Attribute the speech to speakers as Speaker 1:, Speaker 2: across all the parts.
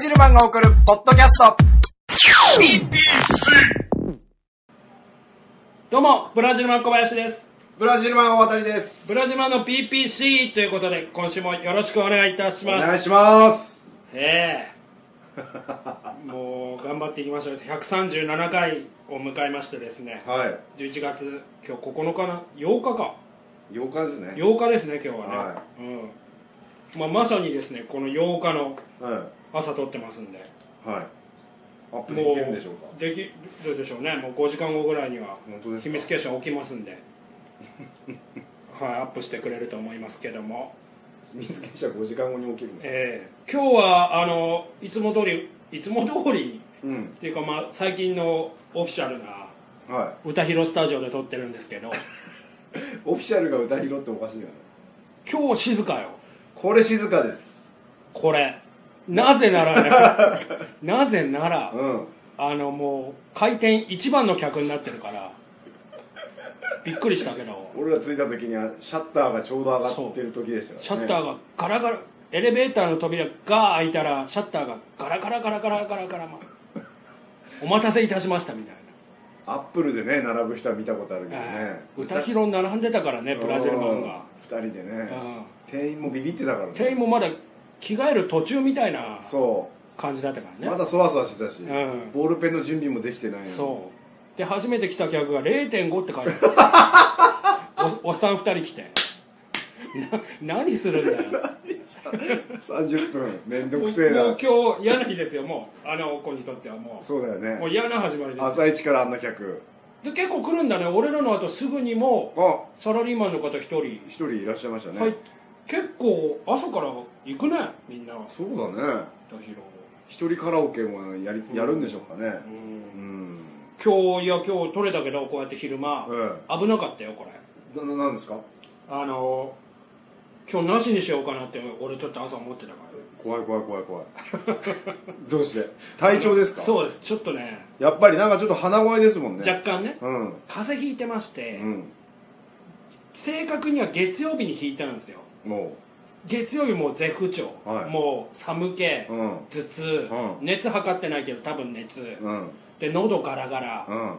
Speaker 1: ジルマンが送るポッドキャスト。
Speaker 2: どうもブラジルマン小林です
Speaker 1: ブラジルマン大渡りです。
Speaker 2: ブラジルマンの PPC ということで今週もよろしくお願いいたし
Speaker 1: お
Speaker 2: ます
Speaker 1: 願いします。
Speaker 2: ええもう頑張っていきましょう137回を迎えましてですね
Speaker 1: は
Speaker 2: 11月今日9日な8日か
Speaker 1: い。8日ですね。
Speaker 2: 8日ですね今日はね、
Speaker 1: は
Speaker 2: うんまあ、まさにですねこの8日の
Speaker 1: はい。
Speaker 2: 朝撮ってますんで
Speaker 1: はい。アップでき
Speaker 2: もう
Speaker 1: るんでしょうか。
Speaker 2: できるでしょうねもう5時間後ぐらいには
Speaker 1: 本当ですか
Speaker 2: 秘密結社起きます んではいアップしてくれると思いますけども
Speaker 1: 水消しは5時間後に起きるんです。
Speaker 2: えー今日はあのいつも通りいつも通り
Speaker 1: うん
Speaker 2: っ。ていうか、まあ、最近のオフィシャルな
Speaker 1: は
Speaker 2: 歌広スタジオで撮ってるんですけ ど
Speaker 1: い。オフィシャルが歌いろっておかしいよね。
Speaker 2: 今日静かよ
Speaker 1: これ静かです。
Speaker 2: これなぜ ならねなぜなら
Speaker 1: うん。
Speaker 2: あのもう開店一番の客になってるからびっくりしたけど
Speaker 1: 俺ら着いた時にはシャッターがちょうど上がってる時でしたからね。
Speaker 2: シャッターがガラガラエレベーターの扉が開いたらシャッターがガラガラガラガラガラガラ、まあお待たせいたしましたみたいな
Speaker 1: アップルでね並ぶ人は見たことあるけどね
Speaker 2: ええ歌広に並んでたからねブラジルマンが
Speaker 1: 2人でね
Speaker 2: うん
Speaker 1: 店員もビビってたからね
Speaker 2: 店員もまだ着替える途中みたいな
Speaker 1: そ
Speaker 2: 感じだったか
Speaker 1: う
Speaker 2: ら
Speaker 1: ま
Speaker 2: ね
Speaker 1: だそわそわしてたし
Speaker 2: ん
Speaker 1: ボールペンの準備もできてない
Speaker 2: そうで初めて来た客が0.5って書いてあ るおおっさん2人来てな何するんだよ
Speaker 1: う30分めんど
Speaker 2: もう
Speaker 1: くせえ
Speaker 2: も
Speaker 1: な
Speaker 2: う今日嫌な日ですよもうあの子にとってはも
Speaker 1: そうだよ
Speaker 2: うもう
Speaker 1: ね
Speaker 2: 嫌な始まりです
Speaker 1: 朝一からあんな客
Speaker 2: で結構来るんだね俺らの後すぐにも
Speaker 1: あ
Speaker 2: サラリーマンの方1人
Speaker 1: 一人いらっしゃいましたね、
Speaker 2: 入って結構朝から行くねみんな
Speaker 1: そうだね
Speaker 2: 歌広
Speaker 1: 一人カラオケもやりやるんでしょうかね
Speaker 2: う
Speaker 1: う
Speaker 2: ん
Speaker 1: ん
Speaker 2: 今日いや今日取れたけどこうやって昼間、
Speaker 1: え
Speaker 2: 危なかったよこれ
Speaker 1: なななんですか
Speaker 2: あの今日なしにしようかなって俺ちょっと朝思ってたから
Speaker 1: 怖い怖い怖い 怖いどうして体調ですか
Speaker 2: そうですちょっとね
Speaker 1: やっぱりなんかちょっと鼻声ですもんね
Speaker 2: 若干ね
Speaker 1: うん
Speaker 2: 風邪ひいてまして、
Speaker 1: うん
Speaker 2: 正確には月曜日にひいたんですよ
Speaker 1: も
Speaker 2: 月曜日もう絶不調、
Speaker 1: はい
Speaker 2: もう寒気、
Speaker 1: ううん
Speaker 2: 頭痛、
Speaker 1: うん
Speaker 2: 熱測ってないけど多分熱、
Speaker 1: うん
Speaker 2: で喉ガラガラ、
Speaker 1: うん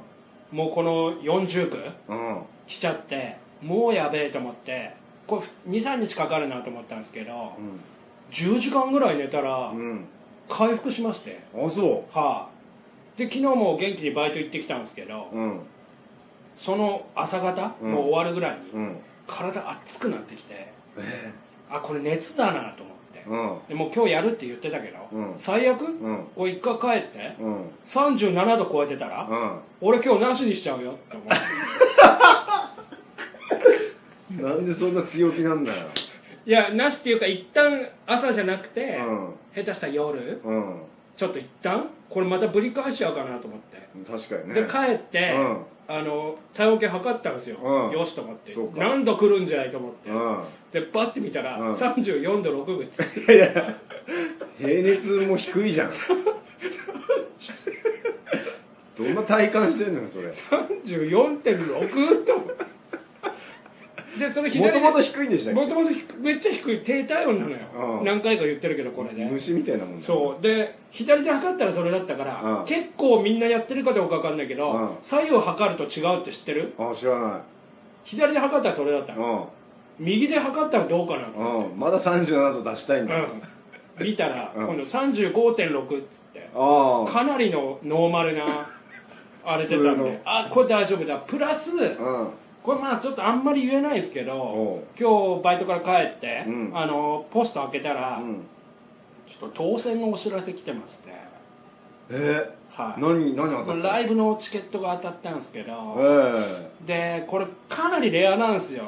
Speaker 2: もうこの40区
Speaker 1: うん
Speaker 2: しちゃってもうやべえと思ってこれ23日かかるなと思ったんですけど、10時間ぐらい寝たら
Speaker 1: うん
Speaker 2: 回復しまして、
Speaker 1: あそ
Speaker 2: はいで昨日も元気にバイト行ってきたんですけど、
Speaker 1: ううん
Speaker 2: その朝方、
Speaker 1: うん
Speaker 2: もう終わるぐらい
Speaker 1: う
Speaker 2: に、
Speaker 1: ん
Speaker 2: 体熱くなってきて、あこれ熱だなと思って、
Speaker 1: うん
Speaker 2: でもう今日やるって言ってたけど、
Speaker 1: うん
Speaker 2: 最悪、
Speaker 1: ん
Speaker 2: これ一回帰って、
Speaker 1: うん
Speaker 2: 37度超えてたら、
Speaker 1: う
Speaker 2: 俺今日なしにしちゃうよって 思って
Speaker 1: んなんでそんな強気なんだよ
Speaker 2: いやなしっていうか一旦朝じゃなくて、
Speaker 1: うん
Speaker 2: 下手したら夜
Speaker 1: うん
Speaker 2: ちょっと一旦これまたぶり返しちゃうかなと思って、
Speaker 1: 確かにね
Speaker 2: で帰って、
Speaker 1: うん
Speaker 2: あの体温計測ったんですよ、
Speaker 1: うん
Speaker 2: よしと思って
Speaker 1: そうか
Speaker 2: 何度来るんじゃないと思って、
Speaker 1: うん
Speaker 2: でバッて見たら、
Speaker 1: うん
Speaker 2: 34度6分っつって
Speaker 1: いやいや平熱も低いじゃん どんな体感してんのよそれ
Speaker 2: 34.6? と思ってでそれ
Speaker 1: も
Speaker 2: 左
Speaker 1: と
Speaker 2: で
Speaker 1: もと低いんでしたっ
Speaker 2: もともと低いめっちゃ低い低体温なのよ、
Speaker 1: うん
Speaker 2: 何回か言ってるけどこれ
Speaker 1: け
Speaker 2: ね
Speaker 1: 虫みたいなもんだう
Speaker 2: そうで左で測ったらそれだったから、
Speaker 1: うん
Speaker 2: 結構みんなやってるかどうか分かんないけど、
Speaker 1: うん
Speaker 2: 左右測ると違うって知ってる
Speaker 1: あ知らない
Speaker 2: 左で測ったらそれだったの、
Speaker 1: う
Speaker 2: 右で測ったらどうかなと、
Speaker 1: んうんまだ37度出したいんだ、あ
Speaker 2: うん、見たら、
Speaker 1: うん
Speaker 2: 今度35.6っつって
Speaker 1: あ
Speaker 2: かなりのノーマ ルなあれ出た
Speaker 1: 普
Speaker 2: ん
Speaker 1: 通の
Speaker 2: であこれ大丈夫だプラス
Speaker 1: うん
Speaker 2: これまあちょっとあんまり言えないですけ
Speaker 1: お
Speaker 2: ど今日バイトから帰って、
Speaker 1: うん
Speaker 2: あのポスト開けたら、
Speaker 1: うん
Speaker 2: ちょっと当選のお知らせ来てまして
Speaker 1: え
Speaker 2: はい
Speaker 1: 何何当たった
Speaker 2: ライブのチケットが当たったんですけど
Speaker 1: え
Speaker 2: でこれかなりレアなんですよ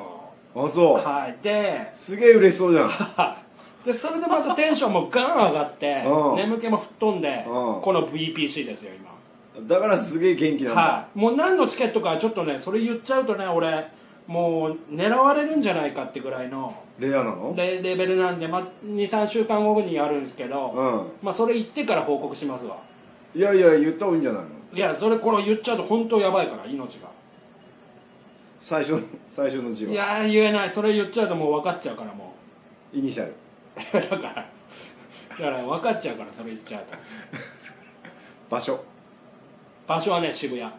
Speaker 1: えあそう、
Speaker 2: はいで す
Speaker 1: げえ嬉しそうじゃん
Speaker 2: はいでそれでまたテンションもガン上がって
Speaker 1: うん
Speaker 2: 眠気も吹っ飛んで
Speaker 1: うん
Speaker 2: この VPC ですよ今
Speaker 1: だからすげえ元気なんだ、
Speaker 2: はいもう何のチケットかちょっとねそれ言っちゃうとね俺もう狙われるんじゃないかってぐらいの
Speaker 1: レアなの
Speaker 2: レレベルなんで、ま、23週間後にやるんですけど、
Speaker 1: う
Speaker 2: まあ、それ言ってから報告しますわ
Speaker 1: んいやいや言った方がいいんじゃないの
Speaker 2: いやそれこれ言っちゃうと本当やばいから命が
Speaker 1: 最初の最初の字
Speaker 2: い
Speaker 1: は
Speaker 2: やー言えないそれ言っちゃうともう分かっちゃうからも
Speaker 1: イニシャル
Speaker 2: うだからだから分かっちゃうからそれ言っちゃうと
Speaker 1: 場所
Speaker 2: 場所はね渋谷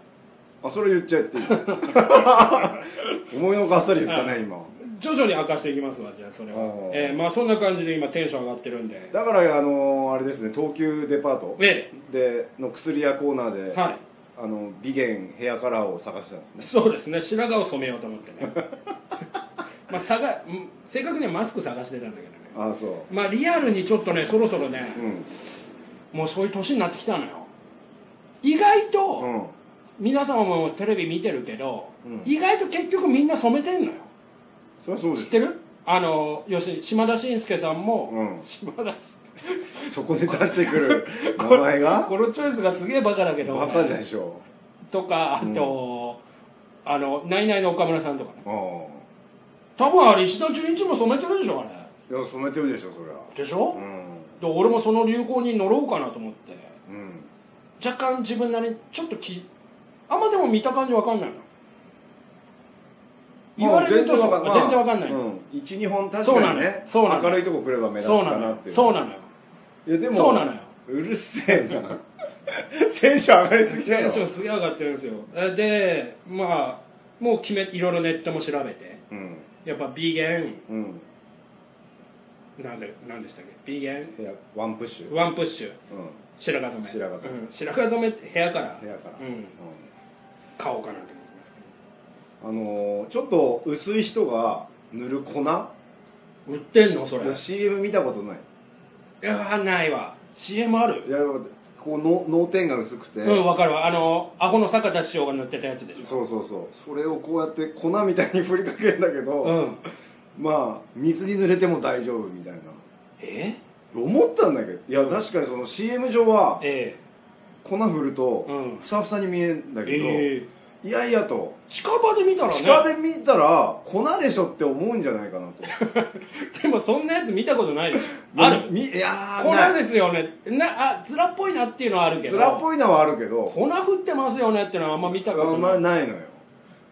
Speaker 1: あそれ言っちゃっていい 思いのがっさり言ったね今
Speaker 2: 徐々に明かしていきますわじゃあそれは
Speaker 1: あー
Speaker 2: えーまあそんな感じで今テンション上がってるんで
Speaker 1: だからあのーあれですね東急デパート
Speaker 2: え
Speaker 1: での薬屋コーナーで、
Speaker 2: はい
Speaker 1: あの美元ヘアカラーを探してたんですね
Speaker 2: そうですね白髪を染めようと思って ねまあさがん正確にはマスク探してたんだけどね
Speaker 1: ああそう
Speaker 2: まあリアルにちょっとねそろそろね、
Speaker 1: うん
Speaker 2: もうそういう年になってきたのよ意外と、
Speaker 1: うん
Speaker 2: 皆様もテレビ見てるけど、意外と結局みんな染めてんのよ
Speaker 1: そりゃそうで
Speaker 2: 知っ
Speaker 1: す
Speaker 2: てるあの要するに島田紳介さんも、
Speaker 1: うん
Speaker 2: 島田紳
Speaker 1: そこで出してくる名前が
Speaker 2: このチョイスがすげえバカだけど
Speaker 1: バカじゃんでしょ
Speaker 2: とかあと、あのナイナイの岡村さんとかね
Speaker 1: ああ
Speaker 2: 多分あれ石田純一も染めてるでしょあれ
Speaker 1: いや染めてるでしょそりゃ
Speaker 2: でしょ、
Speaker 1: う
Speaker 2: で俺もその流行に乗ろうかなと思って
Speaker 1: んうん
Speaker 2: 若干自分なりにちょっときあんまでも見た感じわかんないの言われるとそう
Speaker 1: まあ
Speaker 2: 全然わかんない
Speaker 1: まあ
Speaker 2: の、
Speaker 1: うん、12本確
Speaker 2: そうな
Speaker 1: か
Speaker 2: の
Speaker 1: にね
Speaker 2: そうなの
Speaker 1: 明るいとこ来れば目立
Speaker 2: そう
Speaker 1: つ
Speaker 2: な
Speaker 1: か
Speaker 2: の
Speaker 1: な
Speaker 2: よ
Speaker 1: っていう
Speaker 2: そうなのよ
Speaker 1: いやでも
Speaker 2: そうなのよ
Speaker 1: うるせえなテンション上がりすぎだ
Speaker 2: テ
Speaker 1: ろ
Speaker 2: ンションすげえ上がってるんですよえでまあもう決めいろいろネットも調べて
Speaker 1: うん
Speaker 2: やっぱビーゲ
Speaker 1: うん
Speaker 2: ンなんでなんでしたっけビーゲ
Speaker 1: いやワンプッシュ、
Speaker 2: ンワンプッシュ
Speaker 1: う
Speaker 2: 白髪染め
Speaker 1: 白髪染め
Speaker 2: うん白髪染めって部屋から
Speaker 1: ん、部屋から、
Speaker 2: うん、買おうかなと思ってます
Speaker 1: うんあのーちょっと薄い人が塗る粉
Speaker 2: けど売ってんのそれ
Speaker 1: CM 見たことない
Speaker 2: いやーないわ CM ある
Speaker 1: いやこうの脳天が薄くて、
Speaker 2: うんわかるわあのアホの坂田師匠が塗ってたやつでしょ
Speaker 1: そうそうそうそれをこうやって粉みたいに振りかけるんだけど、
Speaker 2: うん
Speaker 1: まあ水に濡れても大丈夫みたいな
Speaker 2: え
Speaker 1: 思ったんだけどいや確かにその CM 上は
Speaker 2: え
Speaker 1: 粉振ると
Speaker 2: うん
Speaker 1: ふさふさに見えるんだ
Speaker 2: え
Speaker 1: けど、
Speaker 2: ええ
Speaker 1: いやいやと
Speaker 2: 近場で見 たらね
Speaker 1: 近で見たら粉でしょって思うんじゃないかなと
Speaker 2: でもそんなやつ見たことないでしょ ある
Speaker 1: みいやー
Speaker 2: 粉
Speaker 1: ない
Speaker 2: ですよねなあズラっぽいなっていうのはあるけど
Speaker 1: 面っぽいのはあるけど
Speaker 2: 粉振ってますよねっていうのはあんま見たこと
Speaker 1: あん
Speaker 2: ない、
Speaker 1: まないのよ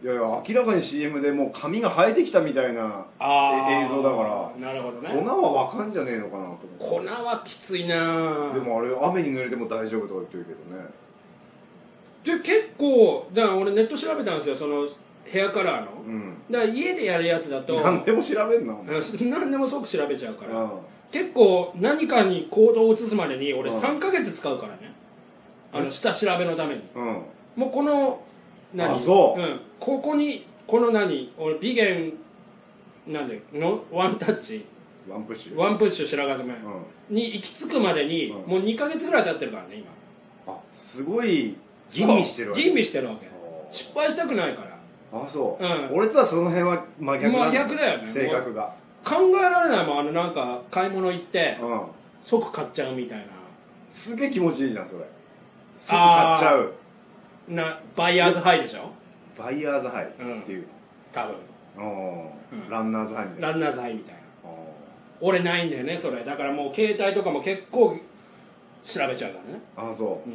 Speaker 1: いやいや明らかに CM でもう髪が生えてきたみたいな
Speaker 2: あー
Speaker 1: え映像だか
Speaker 2: なるほど
Speaker 1: ら
Speaker 2: ね
Speaker 1: 粉は分かんじゃねえのかなと思って
Speaker 2: 粉はきついな
Speaker 1: でもあれ雨に濡れても大丈夫とか言ってるけどね
Speaker 2: で結構だから俺ネット調べたんですよそのヘアカラーの、
Speaker 1: うん
Speaker 2: だから家でやるやつだと
Speaker 1: 何でも調べんなお前
Speaker 2: うん何でも即調べちゃうから、
Speaker 1: うん
Speaker 2: 結構何かに行動を移すまでに俺
Speaker 1: うん
Speaker 2: 3ヶ月使うからね、あの下調べのために
Speaker 1: うん
Speaker 2: もうこの何、
Speaker 1: あそうん
Speaker 2: ここにこの何俺ビゲンなんでのワンタッチ
Speaker 1: ワンプッシュ
Speaker 2: ワンプッシュ白髪染め、
Speaker 1: うん
Speaker 2: に行き着くまでに、
Speaker 1: うん
Speaker 2: もう2ヶ月ぐらい経ってるからね今
Speaker 1: あすごい吟味してるわ
Speaker 2: そう
Speaker 1: け
Speaker 2: 吟味してるわけ
Speaker 1: おー
Speaker 2: 失敗したくないから
Speaker 1: あそう、
Speaker 2: うん
Speaker 1: 俺とはその辺は真逆なん
Speaker 2: 真逆だよね
Speaker 1: 性格が
Speaker 2: 考えられないもんあのなんか買い物行って、
Speaker 1: うん
Speaker 2: 即買っちゃうみたいな
Speaker 1: すげえ気持ちいいじゃんそれすぐ買っちゃう
Speaker 2: なバイヤーズハイでしょ
Speaker 1: バイヤーズハイっていう、
Speaker 2: 多分
Speaker 1: おー
Speaker 2: うん
Speaker 1: ランナーズハイみたいな
Speaker 2: ランナーズハイみたいな
Speaker 1: おー
Speaker 2: 俺ないんだよねそれだからもう携帯とかも結構調べちゃうからね
Speaker 1: あそう
Speaker 2: う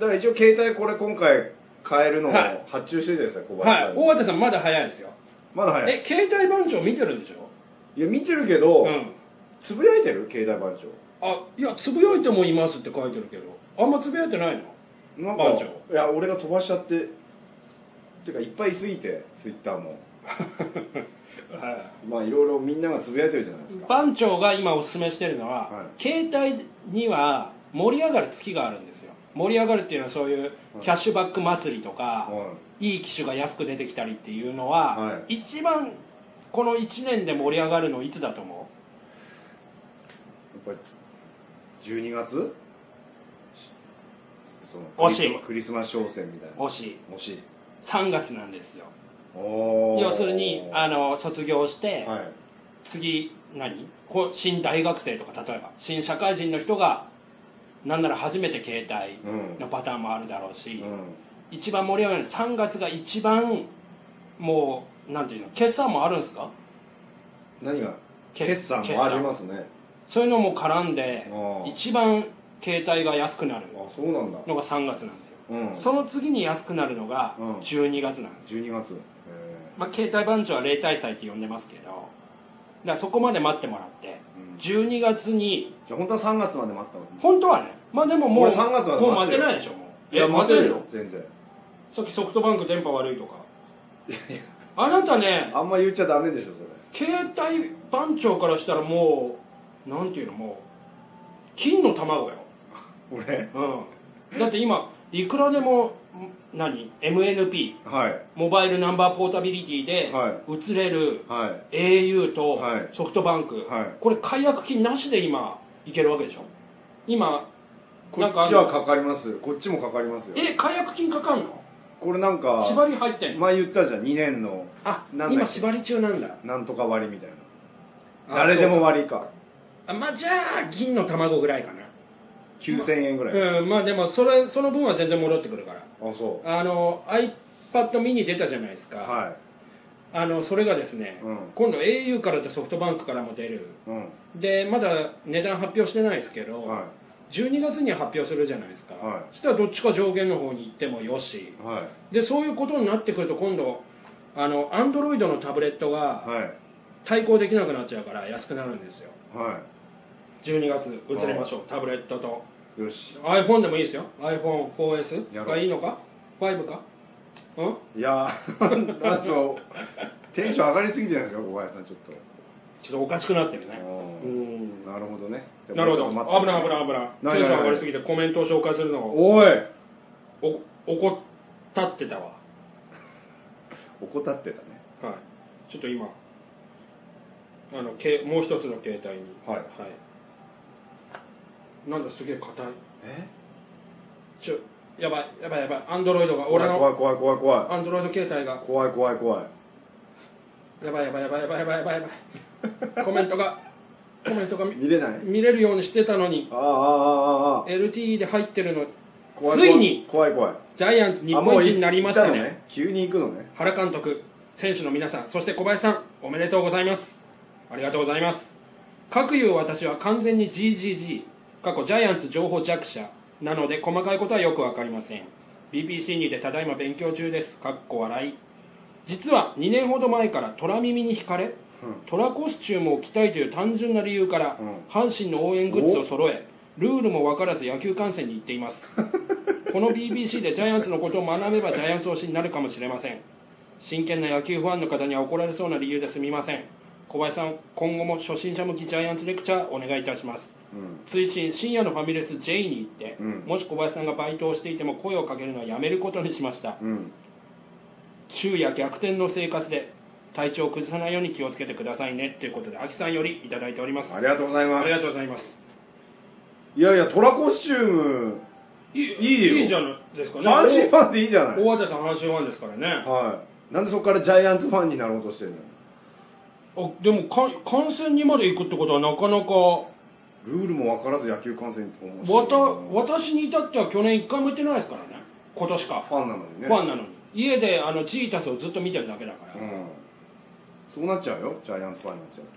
Speaker 1: だから一応携帯これ今回買えるのを
Speaker 2: はい
Speaker 1: 発注してるじゃないですか小
Speaker 2: んは
Speaker 1: 林
Speaker 2: い
Speaker 1: さんに、
Speaker 2: 大畑さんまだ早いですよ
Speaker 1: まだ早い
Speaker 2: え携帯番長見てるんでしょ
Speaker 1: いや見てるけど、
Speaker 2: うん
Speaker 1: つぶやいてる携帯番長
Speaker 2: あいやつぶやいてもいますって書いてるけどあんまつぶやいてないの
Speaker 1: なんか
Speaker 2: 番
Speaker 1: いや俺が飛ばしちゃっててかいっぱいいすぎてツイッターも
Speaker 2: は
Speaker 1: まあいろいろみんながつぶやいてるじゃないですか
Speaker 2: 番長が今おすすめしてるのは、
Speaker 1: は
Speaker 2: 携帯には盛り上がる月があるんですよ盛り上がるっていうのはそういうキャッシュバック祭りとか、いい機種が安く出てきたりっていうのは、
Speaker 1: は
Speaker 2: 一番この1年で盛り上がるのいつだと思
Speaker 1: やっぱり12月しその
Speaker 2: 惜しい
Speaker 1: クリスマス商戦みたいうな
Speaker 2: もし
Speaker 1: 惜しい
Speaker 2: 3月なんですよ
Speaker 1: おー
Speaker 2: 要するにあの卒業して、
Speaker 1: はい
Speaker 2: 次何こう新大学生とか例えば新社会人の人がなんなら初めて携帯のパターンもあるだろうし、
Speaker 1: う
Speaker 2: 一番盛り上がる3月が一番もうなんていうの決算もあるんですか
Speaker 1: ん何が
Speaker 2: 決
Speaker 1: 決算もありますね
Speaker 2: そういうのも絡んで
Speaker 1: ああ
Speaker 2: 一番携帯が安くなる
Speaker 1: あそうなんだ
Speaker 2: のが3月なんですよ、
Speaker 1: うん
Speaker 2: その次に安くなるのが
Speaker 1: うん
Speaker 2: 12月なんですよ、
Speaker 1: 12月へえ
Speaker 2: まあ、携帯番長は例大祭って呼んでますけどからそこまで待ってもらって、
Speaker 1: うん
Speaker 2: 12月に
Speaker 1: いや本当は3月まで待ったのに
Speaker 2: 本当はねまあでももう
Speaker 1: 俺3月まで待つよ
Speaker 2: もう待てないでしょもう
Speaker 1: いや
Speaker 2: え
Speaker 1: 待てる
Speaker 2: 待
Speaker 1: よ全然
Speaker 2: さっきソフトバンク電波悪いとかあなたね
Speaker 1: あんま言っちゃダメでしょそれ
Speaker 2: 携帯番長からしたらもうなんていうのもう金の卵よ
Speaker 1: 俺
Speaker 2: うんだって今いくらでもん何 MNP
Speaker 1: はい
Speaker 2: モバイルナンバーポータビリティで
Speaker 1: は
Speaker 2: 移れる
Speaker 1: はい
Speaker 2: au と
Speaker 1: はい
Speaker 2: ソフトバンク、
Speaker 1: はい
Speaker 2: これ解約金なしで今いけるわけでしょ今
Speaker 1: こっちはかかりますこっちもかかりますよ
Speaker 2: え解約金かかんの
Speaker 1: これなんか
Speaker 2: 縛り入ってんの
Speaker 1: 前言ったじゃん2年の
Speaker 2: あ
Speaker 1: なんだっけ
Speaker 2: 今縛り中なんだ
Speaker 1: なんとか割みたいな
Speaker 2: あ
Speaker 1: 誰で
Speaker 2: そう
Speaker 1: も割りか
Speaker 2: あまあじゃあ銀の卵ぐらいかな
Speaker 1: 9000円ぐらい、
Speaker 2: うんまあでもそれその分は全然戻ってくるから
Speaker 1: あそ
Speaker 2: あの iPad mini 出たじゃないですか、
Speaker 1: うは
Speaker 2: あのそれがですね、
Speaker 1: うん
Speaker 2: 今度 au からとソフトバンクからも出る
Speaker 1: いうん
Speaker 2: でまだ値段発表してないですけど、
Speaker 1: は
Speaker 2: 12月に発表するじゃないですか、
Speaker 1: はい
Speaker 2: そしたらどっちか上限の方に行ってもよし
Speaker 1: いは
Speaker 2: でそういうことになってくると今度あのアンドロイドのタブレット
Speaker 1: い
Speaker 2: が
Speaker 1: はい
Speaker 2: 対抗できなくなっちゃうから安くなるんですよ
Speaker 1: は
Speaker 2: 12月移りましょうタブレットと
Speaker 1: いよし
Speaker 2: iPhone でもいいですよ iPhone4S
Speaker 1: やろう
Speaker 2: がいいのか5かうん
Speaker 1: いやー なんかそうテンション上がりすぎてないですか小林さんちょっと
Speaker 2: ちょっとおかしくなってるね
Speaker 1: う
Speaker 2: うん
Speaker 1: なるほどね
Speaker 2: なるほど危ない危ないい危な
Speaker 1: ないい
Speaker 2: テンション上がりすぎてコメントを紹介するのを
Speaker 1: おい
Speaker 2: お怒ったってたわ
Speaker 1: 怠ってたね
Speaker 2: はい、ちょっと今あのけもう一つの携帯に
Speaker 1: はい
Speaker 2: なんだすげえ硬い
Speaker 1: え
Speaker 2: ちょやばいやばいやばいアンドロイドが
Speaker 1: 怖
Speaker 2: 俺
Speaker 1: い
Speaker 2: の
Speaker 1: 怖い怖い怖い怖い
Speaker 2: アンドロイド携帯が
Speaker 1: 怖い怖い怖い
Speaker 2: やばいやばいやばいやばいやばいやばいやばいコメントがコメントが見
Speaker 1: 見れない
Speaker 2: 見れるようにしてたのに
Speaker 1: ああああああ
Speaker 2: LTE で入ってるの
Speaker 1: 怖
Speaker 2: ついに
Speaker 1: 怖い怖い
Speaker 2: ジャイアンツ日
Speaker 1: あ
Speaker 2: 本
Speaker 1: もう
Speaker 2: 一
Speaker 1: い
Speaker 2: になりました
Speaker 1: 行っ
Speaker 2: ね
Speaker 1: の急に行くのね
Speaker 2: 原監督選手の皆さんそして小林さんおめでとうございますありがとうございますかくいう私は完全に GGG 過去ジャイアンツ情報弱者なので細かいことはよくわかりません BBC にてただいま勉強中ですかっこ笑い実は2年ほど前から虎耳に惹かれ虎コスチュームを着たいという単純な理由から、阪神の応援グッズを揃えルールも分からず野球観戦に行っていますこの BBC でジャイアンツのことを学べばジャイアンツ推しになるかもしれません真剣な野球ファンの方には怒られそうな理由ですみません小林さん今後も初心者向きジャイアンツレクチャーお願いいたします、追伸深夜のファミレス J に行って、もし小林さんがバイトをしていても声をかけるのはやめることにしました、
Speaker 1: うん
Speaker 2: 昼夜逆転の生活で体調を崩さないように気をつけてくださいねということで秋さんよりいただいております
Speaker 1: ありがとうございます
Speaker 2: ありがとうございます
Speaker 1: いやいやトラコスチューム
Speaker 2: いい
Speaker 1: いいよ
Speaker 2: んじゃないですかね
Speaker 1: 阪神ファンでいいじゃない
Speaker 2: 大大渡さん阪神ファンですからね
Speaker 1: はいなんでそこからジャイアンツファンになろうとしてるの
Speaker 2: あでもか観戦にまで行くってことはなかなか
Speaker 1: ルールも分からず野球観戦って面
Speaker 2: わた
Speaker 1: 白い
Speaker 2: 私に至っては去年一回も行ってないですからね今年か
Speaker 1: ファンなのにね
Speaker 2: ファンなのに家であのジータスをずっと見てるだけだから、
Speaker 1: うんそうなっちゃうよジャイアンツファンになっちゃうと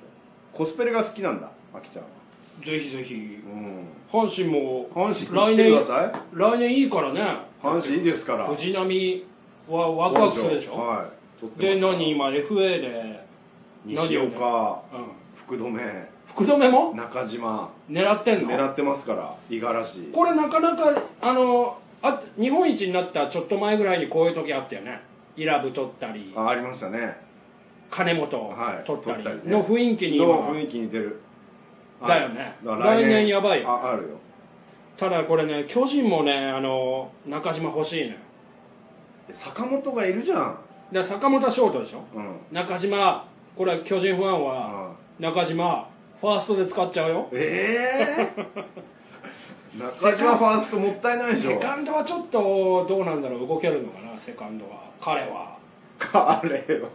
Speaker 1: コスプレが好きなんだあきちゃんは
Speaker 2: ぜひぜひ
Speaker 1: うん
Speaker 2: 阪神も
Speaker 1: 阪神
Speaker 2: 来
Speaker 1: 来てく
Speaker 2: 年
Speaker 1: ださい
Speaker 2: 来年いいからね
Speaker 1: 阪神いいですから
Speaker 2: 藤浪はワクワクするでしょ
Speaker 1: はい取って
Speaker 2: で
Speaker 1: ますから
Speaker 2: 何今 FA で、
Speaker 1: 西岡
Speaker 2: うん、
Speaker 1: 福留
Speaker 2: 福留も
Speaker 1: 中島
Speaker 2: 狙ってんの
Speaker 1: 狙ってますから五十嵐
Speaker 2: これなかなかあのあ日本一になったちょっと前ぐらいにこういう時あったよねイラブ取ったり
Speaker 1: あありましたね
Speaker 2: 金本
Speaker 1: はい
Speaker 2: 取ったり
Speaker 1: 取ったりね
Speaker 2: の雰囲気に今、
Speaker 1: の雰囲気似てる
Speaker 2: だよね
Speaker 1: はいだから
Speaker 2: 来年やばいよ
Speaker 1: ああるよ
Speaker 2: ただこれね巨人もねあの中島欲しいね
Speaker 1: え坂本がいるじゃん
Speaker 2: で坂本はショートでしょ
Speaker 1: うんうん
Speaker 2: 中島これは巨人ファンは中島ファーストで使っちゃうよ
Speaker 1: ええ ー、中島ファーストもったいないでし
Speaker 2: セ
Speaker 1: ょ
Speaker 2: カンドはちょっとどうなんだろう動けるのかなセカンドは彼は
Speaker 1: 彼よ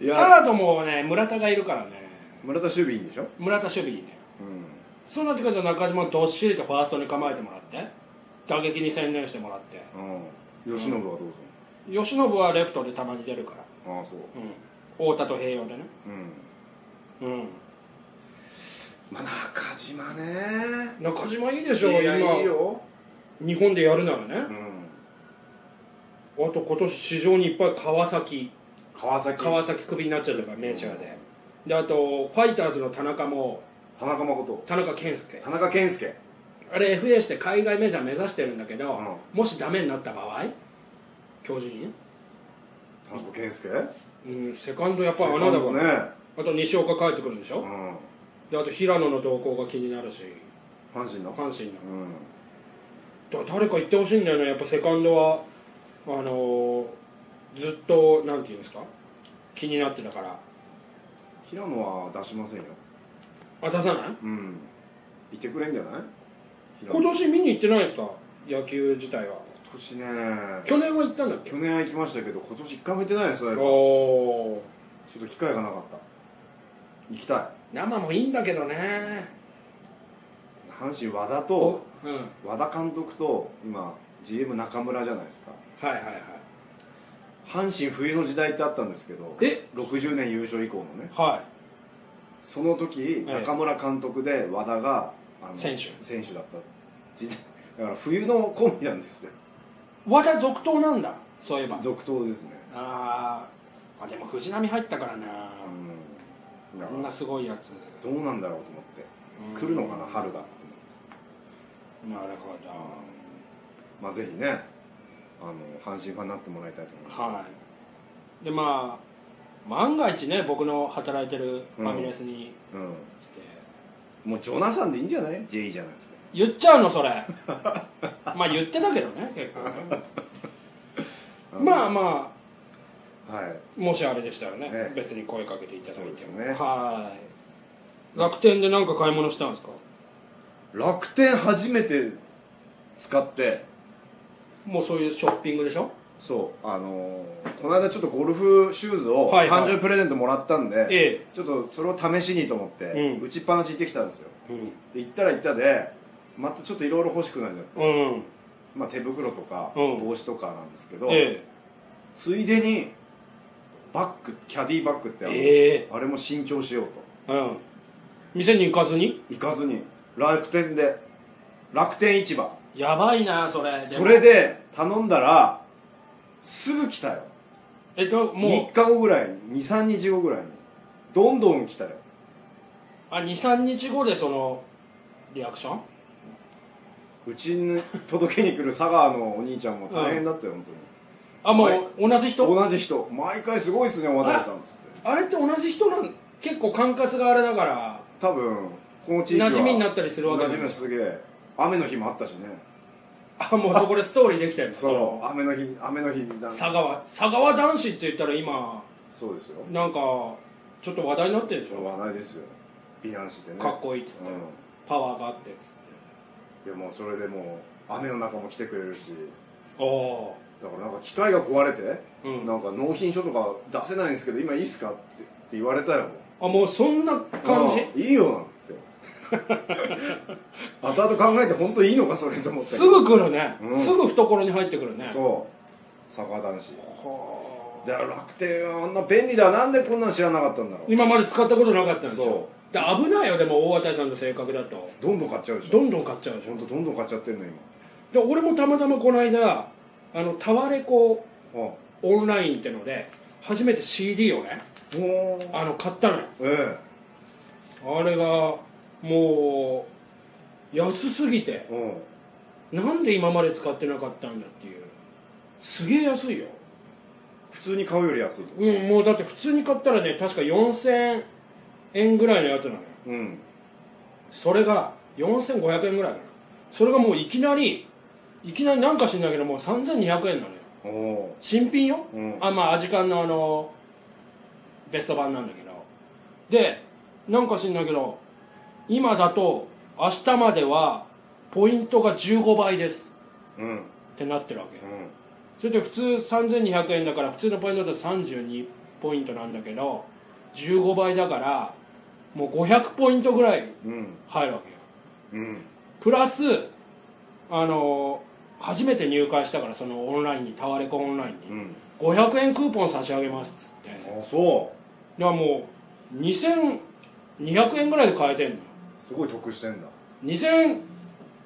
Speaker 1: いや
Speaker 2: サードもね村田がいるからね
Speaker 1: 村田守備いいんでしょ
Speaker 2: 村田守備いいね
Speaker 1: う
Speaker 2: そうなってくると中島どっしりとファーストに構えてもらって打撃に専念してもらって
Speaker 1: ん、うん、吉信はどうす
Speaker 2: 由伸はレフトでたまに出るから、
Speaker 1: るのああそう
Speaker 2: うん、太田と併用でね
Speaker 1: うん
Speaker 2: うん
Speaker 1: まあ中島ね
Speaker 2: 中島いいでしょ
Speaker 1: いやいい
Speaker 2: 今
Speaker 1: よ
Speaker 2: 日本でやるならね
Speaker 1: う、ん
Speaker 2: あと今年市場にいっぱい川崎
Speaker 1: 川崎
Speaker 2: 川崎クビになっちゃうとからメジャーで、であとファイターズの田中も
Speaker 1: 田中誠
Speaker 2: 田中健介
Speaker 1: 田中健介
Speaker 2: あれ FA して海外メジャー目指してるんだけど、
Speaker 1: う
Speaker 2: もしダメになった場合巨人、
Speaker 1: 田中健介
Speaker 2: うん、セカンドやっぱ穴だから、
Speaker 1: ね
Speaker 2: あと西岡帰ってくるんでしょ、
Speaker 1: うん
Speaker 2: であと平野の動向が気になるし
Speaker 1: 阪神の
Speaker 2: 阪神の
Speaker 1: うん
Speaker 2: だ誰か行ってほしいんだよねやっぱセカンドはあのーずっとなんていうんですか気になってたから
Speaker 1: 平野は出しませんよ
Speaker 2: あ出さない
Speaker 1: うんいてくれんじゃない平野
Speaker 2: 今
Speaker 1: 今
Speaker 2: 年見に行ってないですか野球自体は
Speaker 1: 年ね
Speaker 2: 去年は行ったんだっけ
Speaker 1: 去年は行きましたけど今年一回も行ってないです
Speaker 2: お
Speaker 1: よ
Speaker 2: お
Speaker 1: ちょっと機会がなかった行きたい
Speaker 2: 生もいいんだけどね
Speaker 1: 阪神和田
Speaker 2: お
Speaker 1: と
Speaker 2: うんはい
Speaker 1: 和田監督と今 GM 中村じゃないですか
Speaker 2: はいはい
Speaker 1: 阪神冬の時代ってあったんですけど
Speaker 2: え
Speaker 1: 60年優勝以降のね
Speaker 2: は
Speaker 1: その時
Speaker 2: ええ
Speaker 1: 中村監督で和田があの
Speaker 2: 選手
Speaker 1: 選手だった時代だから冬のコンビなんですよ
Speaker 2: い和田続投なんだそういえば
Speaker 1: 続投ですね
Speaker 2: あーあでも藤浪入ったからな
Speaker 1: うんだ
Speaker 2: あ
Speaker 1: か
Speaker 2: んな
Speaker 1: ら
Speaker 2: すごいやつ
Speaker 1: どうなんだろうと思
Speaker 2: うん
Speaker 1: って来るのかな春がって
Speaker 2: なるほど
Speaker 1: 思ってまあぜひねあの阪神ファンになってもらいたいと思います
Speaker 2: はいでまあ万が一ね僕の働いてるファミレスに
Speaker 1: うん
Speaker 2: 来て、
Speaker 1: もうジョナサンでいいんじゃない ?J じゃなくて
Speaker 2: 言っちゃうのそれ まあ言ってたけどね結構ねまあまあ
Speaker 1: はい
Speaker 2: もしあれでしたらね、
Speaker 1: ええ
Speaker 2: 別に声かけていただいても
Speaker 1: そうですね
Speaker 2: はい楽天で何か買い物したんですか
Speaker 1: 楽天初めて使って
Speaker 2: もうそういうショッピングでしょ
Speaker 1: そうあのーこの間ちょっとゴルフシューズを
Speaker 2: はいはい
Speaker 1: 誕生日プレゼントもらったんで、
Speaker 2: ええ
Speaker 1: ちょっとそれを試しにと思って、
Speaker 2: うん
Speaker 1: 打ちっぱなし行ってきたんですよ
Speaker 2: うん
Speaker 1: で行ったら行ったでまたちょっといろいろ欲しくなっちゃって、
Speaker 2: うん
Speaker 1: まあ、手袋とか
Speaker 2: うん
Speaker 1: 帽子とかなんですけど、
Speaker 2: え
Speaker 1: ついでにバッグキャディバッグってあ
Speaker 2: え
Speaker 1: の、
Speaker 2: ええ
Speaker 1: あれも新調しようと
Speaker 2: うん店に行かずに
Speaker 1: 行かずに楽天で楽天市場
Speaker 2: やばいなそれでも
Speaker 1: それで頼んだらすぐ来たよ
Speaker 2: えっとも
Speaker 1: 3日後ぐらいに23日後ぐらいにどんどん来たよ
Speaker 2: うあ23日後でそのリアクション
Speaker 1: うちに届けに来る佐川のお兄ちゃんも大変だったよ、本
Speaker 2: あもう、
Speaker 1: はい
Speaker 2: 同じ
Speaker 1: 当に
Speaker 2: 人
Speaker 1: 同じ人毎回すごいっすね小渡さんっつって
Speaker 2: あれって同じ人なん結構管轄があれだから
Speaker 1: 多分この地域は
Speaker 2: 馴染みになったりするわけ
Speaker 1: 馴
Speaker 2: じ
Speaker 1: 染
Speaker 2: ゃない
Speaker 1: みすげえ雨の日もあったしね
Speaker 2: あもうそこでストーリーできたよね
Speaker 1: そう雨の日雨の日だ
Speaker 2: 佐川佐川男子って言ったら今
Speaker 1: そうですよ
Speaker 2: なんかちょっと話題になってるでしょ
Speaker 1: 話題ですよ美男子でね
Speaker 2: かっこいいっつって、
Speaker 1: う
Speaker 2: パワーがあってっつって
Speaker 1: ん、いやもうそれでもう雨の中も来てくれるし
Speaker 2: ああ
Speaker 1: だからなんか機械が壊れて、
Speaker 2: うん
Speaker 1: なんか納品書とか出せないんですけど今いいっすかってって言われたよ
Speaker 2: あもうそんな感じ
Speaker 1: うんいいよなんて後 々考えて本当いいのかそれと思って
Speaker 2: すぐ来るね、
Speaker 1: うん
Speaker 2: すぐ懐に入ってくるね
Speaker 1: そう坂男子
Speaker 2: はあ
Speaker 1: だから楽天はあんな便利だなんでこんなん知らなかったんだろう
Speaker 2: 今まで使ったことなかったんでしょ
Speaker 1: そ
Speaker 2: で危ないよでも大渡さんの性格だと
Speaker 1: どんどん買っちゃうでしょ
Speaker 2: どんどん買っちゃうでしょ
Speaker 1: 本当どんどん買っちゃってんの今
Speaker 2: で俺もたまたまこの間あのタワレコ
Speaker 1: は
Speaker 2: オンラインってので初めて CD をね
Speaker 1: あもう
Speaker 2: あの買ったのよ
Speaker 1: え
Speaker 2: あれがもう安すぎて
Speaker 1: えうん
Speaker 2: なんで今まで使ってなかったんだっていうすげえ安いよ
Speaker 1: 普通に買うより安いと
Speaker 2: うんもうだって普通に買ったらね確か4000円ぐらいのやつなのよ
Speaker 1: うん
Speaker 2: それが4500円ぐらいかなそれがもういきなりいきなりなんか知んないけどもう3200円なのよ
Speaker 1: おお
Speaker 2: 新品よ、
Speaker 1: うん
Speaker 2: あまあアジカンのあのベスト版なんだけどでなんか知んないけど今だと明日まではポイントが15倍です
Speaker 1: うんうん
Speaker 2: ってなってるわけそれで普通3200円だから普通のポイントだと32ポイントなんだけど15倍だからもう500ポイントぐらい
Speaker 1: うん
Speaker 2: 入るわけよ
Speaker 1: うん
Speaker 2: プラスあのー初めて入会したからそのオンラインにタワレコオンライン
Speaker 1: う
Speaker 2: に、
Speaker 1: ん
Speaker 2: 500円クーポン差し上げますっつって
Speaker 1: あそ
Speaker 2: だからもう2200円ぐらいで買えてんのよ
Speaker 1: うすごい得してんだ
Speaker 2: 2000円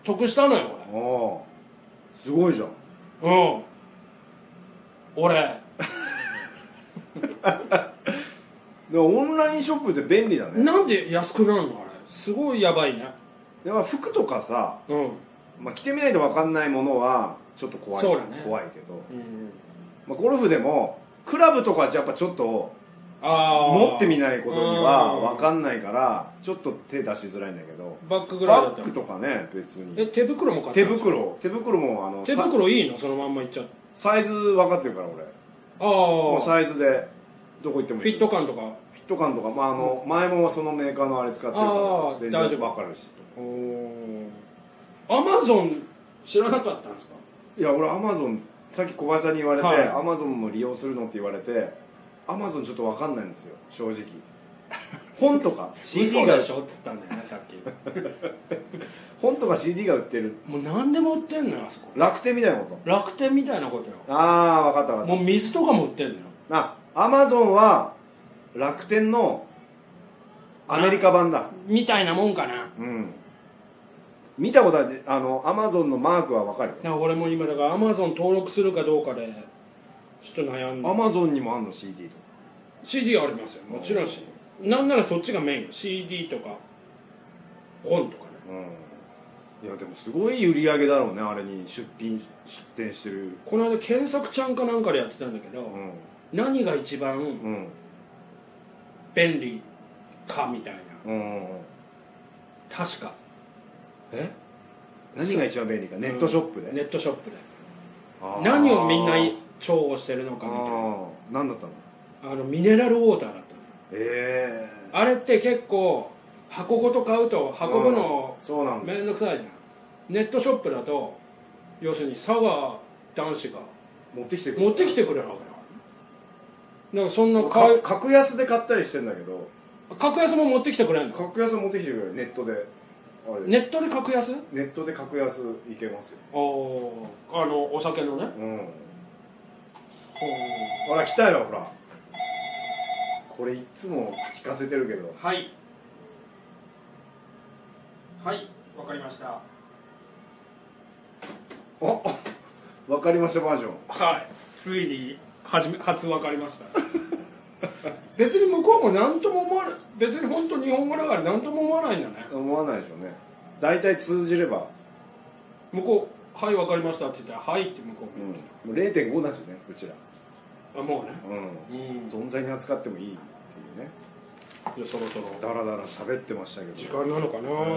Speaker 2: 得したのよ
Speaker 1: ああすごいじゃん
Speaker 2: 俺うん俺
Speaker 1: でもオンラインショップって便利だね
Speaker 2: なんで安くなるのあれすごいやばいね
Speaker 1: でも服とかさ、
Speaker 2: うん、うん
Speaker 1: まあ、着てみないと分かんないものはちょっと怖い
Speaker 2: そうだね
Speaker 1: 怖いけど、
Speaker 2: うん、
Speaker 1: まあ、ゴルフでもクラブとかはやっぱちょっと
Speaker 2: ああ
Speaker 1: 持ってみないことには分かんないからちょっと手出しづらいんだけど
Speaker 2: バックぐらいだ
Speaker 1: バ
Speaker 2: った
Speaker 1: ッ
Speaker 2: ら
Speaker 1: グとかね別
Speaker 2: え
Speaker 1: に
Speaker 2: 手袋も買った
Speaker 1: 手
Speaker 2: の
Speaker 1: 袋手袋もあの
Speaker 2: 手
Speaker 1: さ
Speaker 2: 袋いいのそのまんまいっちゃって
Speaker 1: サイズ分かってるから俺
Speaker 2: あ
Speaker 1: もう
Speaker 2: あ
Speaker 1: サイズでどこ行っても
Speaker 2: フ
Speaker 1: いい
Speaker 2: ィット感とか
Speaker 1: フィット感とか、まあ、あの前もそのメーカーのあれ使ってるか
Speaker 2: あ
Speaker 1: ら
Speaker 2: ー
Speaker 1: 全
Speaker 2: 大丈
Speaker 1: 然
Speaker 2: 夫
Speaker 1: 分かるし
Speaker 2: アマゾン知らなかったんですか
Speaker 1: いや俺アマゾンさっき小林さんに言われて
Speaker 2: はい
Speaker 1: アマゾンも利用するのって言われてアマゾンちょっと分かんないんですよ正 直本とか CD
Speaker 2: 嘘
Speaker 1: が
Speaker 2: でしょっつったんだよねさっき
Speaker 1: 本とか CD が売ってる
Speaker 2: もう何でも売ってんのよあそこ
Speaker 1: 楽天みたいなこと
Speaker 2: 楽天みたいなことよ
Speaker 1: ああ分かった分かっ
Speaker 2: もう水とかも売ってんのよ
Speaker 1: たあアマゾンは楽天のアメリカ版だ
Speaker 2: みたいなもんかな
Speaker 1: うん見たことあるあのアマゾンのマークは分かるよ
Speaker 2: なんか俺も今だからアマゾン登録するかどうかでちょっと悩ん
Speaker 1: ア
Speaker 2: で
Speaker 1: マゾンにもあんの CD とか
Speaker 2: CD ありますよもちろんしなんならそっちがメインよ CD とか本とかね
Speaker 1: うんいやでもすごい売り上げだろうねあれに出品出店してる
Speaker 2: この間検索ちゃんかなんかでやってたんだけど、
Speaker 1: うん
Speaker 2: 何が一番
Speaker 1: うん
Speaker 2: 便利かみたいな
Speaker 1: うんうん
Speaker 2: 確か
Speaker 1: え何が一番便利かネットショップで、
Speaker 2: ネットショップで
Speaker 1: あー
Speaker 2: 何をみんな重宝してるのかみたい
Speaker 1: あー何だったの
Speaker 2: なあのミネラルウォーターだったの
Speaker 1: ええ
Speaker 2: あれって結構箱ごと買うと運ぶの
Speaker 1: うんそうなんだ
Speaker 2: 面倒くさいじゃんネットショップだと要するに佐賀男子が
Speaker 1: 持ってきてくれ
Speaker 2: 持ってきてくれるわけだからだからそんな
Speaker 1: か
Speaker 2: 買い
Speaker 1: 格安で買ったりしてんだけど
Speaker 2: 格安も持ってきてくれるの
Speaker 1: 格安持ってきてくれるネットであれ
Speaker 2: ネットで格安
Speaker 1: ネットで格安いけますよ
Speaker 2: おあのお酒のね
Speaker 1: うん
Speaker 2: おー
Speaker 1: ほら来たよほらこれいっつも聞かせてるけど
Speaker 2: はいはいわかりました
Speaker 1: ああわかりましたバージョン
Speaker 2: はいついに初め初分かりました別に向こうも何とも思わない別に本当日本語だから何とも思わないんだね
Speaker 1: 思わないでしょうね大体通じれば、
Speaker 2: 向こう「はい分かりました」って言ったら「はい」って向こう
Speaker 1: う
Speaker 2: も
Speaker 1: ん
Speaker 2: 言って、
Speaker 1: もう0.5だしねうちら、
Speaker 2: た、あもうね
Speaker 1: う
Speaker 2: うん
Speaker 1: ん、
Speaker 2: じゃ
Speaker 1: 存在に扱ってもいいっていうね
Speaker 2: あそろそろ
Speaker 1: だらだら喋ってましたけど
Speaker 2: 時間なのかな、
Speaker 1: うん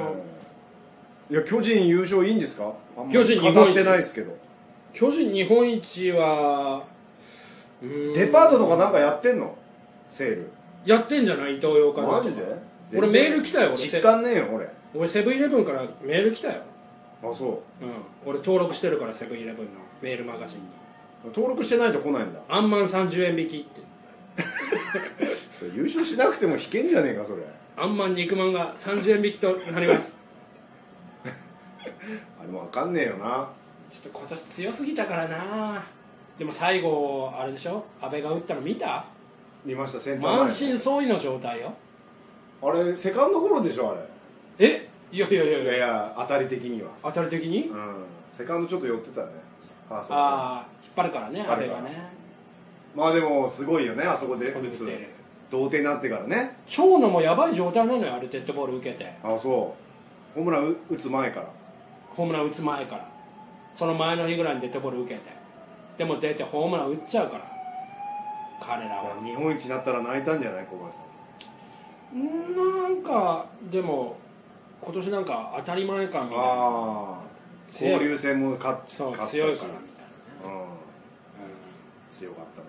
Speaker 1: いや巨人優勝いいんですかあんまり
Speaker 2: 巨人日本一
Speaker 1: 語ってないですけど
Speaker 2: 巨人日本一はうーん
Speaker 1: デパートとかなんかやってんのセール
Speaker 2: やってんじゃない伊東洋華堂
Speaker 1: マジで
Speaker 2: 俺
Speaker 1: 全然
Speaker 2: メール来たよ俺
Speaker 1: 実感ねえよ俺
Speaker 2: 俺セブンイレブンからメール来たよ
Speaker 1: あそ
Speaker 2: うん俺登録してるからセブンイレブンのメールマガジンに
Speaker 1: う登録してないと来ないんだ
Speaker 2: 「あんまん30円引き」って
Speaker 1: それ優勝しなくても引けんじゃねえかそれ
Speaker 2: あんまん肉まんが30円引きとなります
Speaker 1: あれもわかんねえよな
Speaker 2: ちょっと今年強すぎたからなでも最後あれでしょ阿部が打ったの見た
Speaker 1: 見ましたセンター
Speaker 2: 満
Speaker 1: 前
Speaker 2: 身創痍の状態よ
Speaker 1: あれセカンドゴロでしょあれ
Speaker 2: えいやいやいや
Speaker 1: い
Speaker 2: い
Speaker 1: や
Speaker 2: や
Speaker 1: いや当たり的には
Speaker 2: 当たり的に
Speaker 1: うんセカンドちょっと寄ってたねファーストま
Speaker 2: ああ引っ張るからね
Speaker 1: 引っ
Speaker 2: 阿
Speaker 1: 張
Speaker 2: 部
Speaker 1: るか
Speaker 2: が
Speaker 1: ら
Speaker 2: ね
Speaker 1: あでもすごいよねあそこで
Speaker 2: そこで
Speaker 1: 打
Speaker 2: 打
Speaker 1: つ
Speaker 2: て
Speaker 1: 同点になってからね
Speaker 2: 長野もやばい状態なのよあれデッドボール受けて
Speaker 1: あそうホームラン打つ前から
Speaker 2: ホームラン打つ前からその前の日ぐらいにデッドボール受けてでも出てホームラン打っちゃうから彼ら
Speaker 1: い
Speaker 2: は
Speaker 1: や日本一になったら泣いたんじゃない小林さん
Speaker 2: なんかでも今年なんか当たり前感みたいな
Speaker 1: ああ
Speaker 2: 強い
Speaker 1: 交流戦も勝っ
Speaker 2: そう
Speaker 1: 勝ったし
Speaker 2: 強いからみたいなね、
Speaker 1: うん
Speaker 2: う
Speaker 1: 強かった
Speaker 2: ん、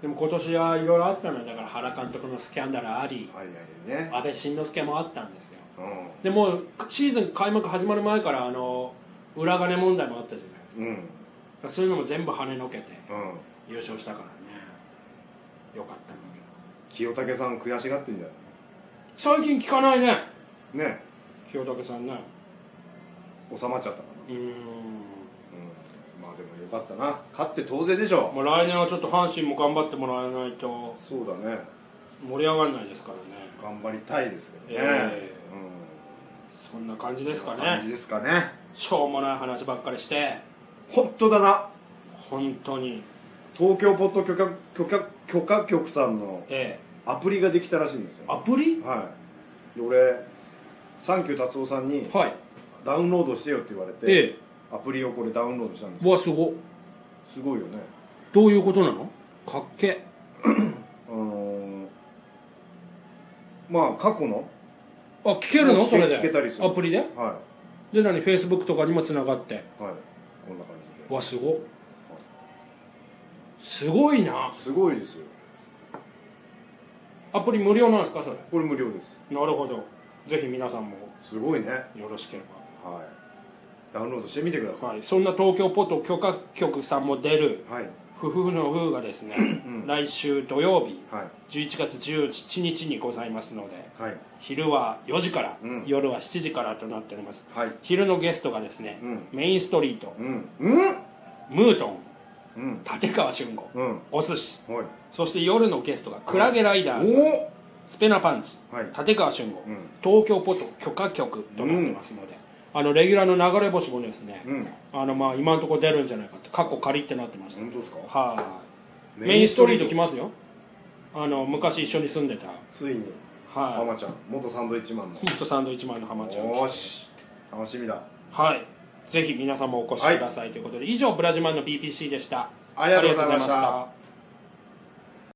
Speaker 2: でも今年はいろいろあったのよだから原監督のスキャンダルあり
Speaker 1: なありありね
Speaker 2: 安倍晋之助もあったんですよ
Speaker 1: う
Speaker 2: でもうシーズン開幕始まる前からあの裏金問題もあったじゃないですか
Speaker 1: んうん
Speaker 2: だからそういうのも全部跳ねのけて
Speaker 1: うん
Speaker 2: 優勝したからねよかったんだけど
Speaker 1: 清武さん悔しがってんじゃ
Speaker 2: 最近聞かないね
Speaker 1: ないね
Speaker 2: 清武さんね
Speaker 1: 収まっちゃったか
Speaker 2: うーん
Speaker 1: なうんまあでもよかったな勝って当然でしょ
Speaker 2: もう来年はちょっと阪神も頑張ってもらえないと
Speaker 1: そうだね
Speaker 2: 盛り上がらないですからね
Speaker 1: 頑張りたいですけどね、
Speaker 2: ええそんな感じです
Speaker 1: う
Speaker 2: か
Speaker 1: ん感じ
Speaker 2: ね
Speaker 1: ですかね
Speaker 2: しょうもない話ばっかりして
Speaker 1: 本当だな
Speaker 2: 本当に
Speaker 1: 東京ポッド許可許可許可局さんの
Speaker 2: ええ
Speaker 1: アプリができたらしいんですよ
Speaker 2: アプリ
Speaker 1: はいで俺サンキュー達夫さんに
Speaker 2: はい
Speaker 1: ダウンロードしてよって言われて、
Speaker 2: え
Speaker 1: アプリをこれダウンロードしたんです
Speaker 2: えうわすごっ
Speaker 1: すごいよね
Speaker 2: どういうことなのかっけ
Speaker 1: あのーまあ過去の
Speaker 2: あ聞けるの
Speaker 1: 聞
Speaker 2: そ
Speaker 1: け
Speaker 2: れで
Speaker 1: 聞けたりする
Speaker 2: アプリで
Speaker 1: は
Speaker 2: で何フェイスブックとかにもつながって
Speaker 1: いはいこんな感じで
Speaker 2: わすごっすごいな
Speaker 1: すごいですよ
Speaker 2: アプリ無料なんですかそれな
Speaker 1: これ無料です
Speaker 2: るほどぜひ皆さんも
Speaker 1: すごいね
Speaker 2: よろしけれ
Speaker 1: はいダウンロードしてみてくださ
Speaker 2: ば、はい、そんな東京ポッド許可局さんも出る
Speaker 1: いはい
Speaker 2: 「ふふふのふ」がですね、来週土曜日
Speaker 1: はい
Speaker 2: 11月17日にございますので
Speaker 1: はい
Speaker 2: 昼は4時から、
Speaker 1: うん
Speaker 2: 夜は7時からとなっております
Speaker 1: はい
Speaker 2: 昼のゲストがですね、
Speaker 1: うん
Speaker 2: メインストリート
Speaker 1: うんうん
Speaker 2: ムートン
Speaker 1: うん
Speaker 2: 立川俊吾、
Speaker 1: うん
Speaker 2: お寿司
Speaker 1: はい
Speaker 2: そして夜のゲストがクラゲライダーズ、
Speaker 1: お
Speaker 2: スペナパンチ、
Speaker 1: はい
Speaker 2: 立川俊吾、
Speaker 1: ん
Speaker 2: 東京ポト許可局となってますので、あのレギュラーの流れ星もですね、
Speaker 1: うん
Speaker 2: あのまあ今のところ出るんじゃないかってカッコ仮ってなってました
Speaker 1: 本当ですか
Speaker 2: はいメ
Speaker 1: メ
Speaker 2: イ
Speaker 1: イ
Speaker 2: ン
Speaker 1: ン
Speaker 2: ス
Speaker 1: ス
Speaker 2: ト
Speaker 1: トリ
Speaker 2: リー
Speaker 1: ー
Speaker 2: ト
Speaker 1: ト
Speaker 2: 来ますよあの昔一緒に住んでた
Speaker 1: ついに
Speaker 2: はい
Speaker 1: ハマちゃん元サンドイッチマンの
Speaker 2: ヒットサンドイッチマンの浜ちゃん
Speaker 1: よーし楽しみだ
Speaker 2: はいぜひ皆さんもお越しくださいということで、以上ブラジマンの BPC でした
Speaker 1: ありがとうございました
Speaker 2: ありがとうございました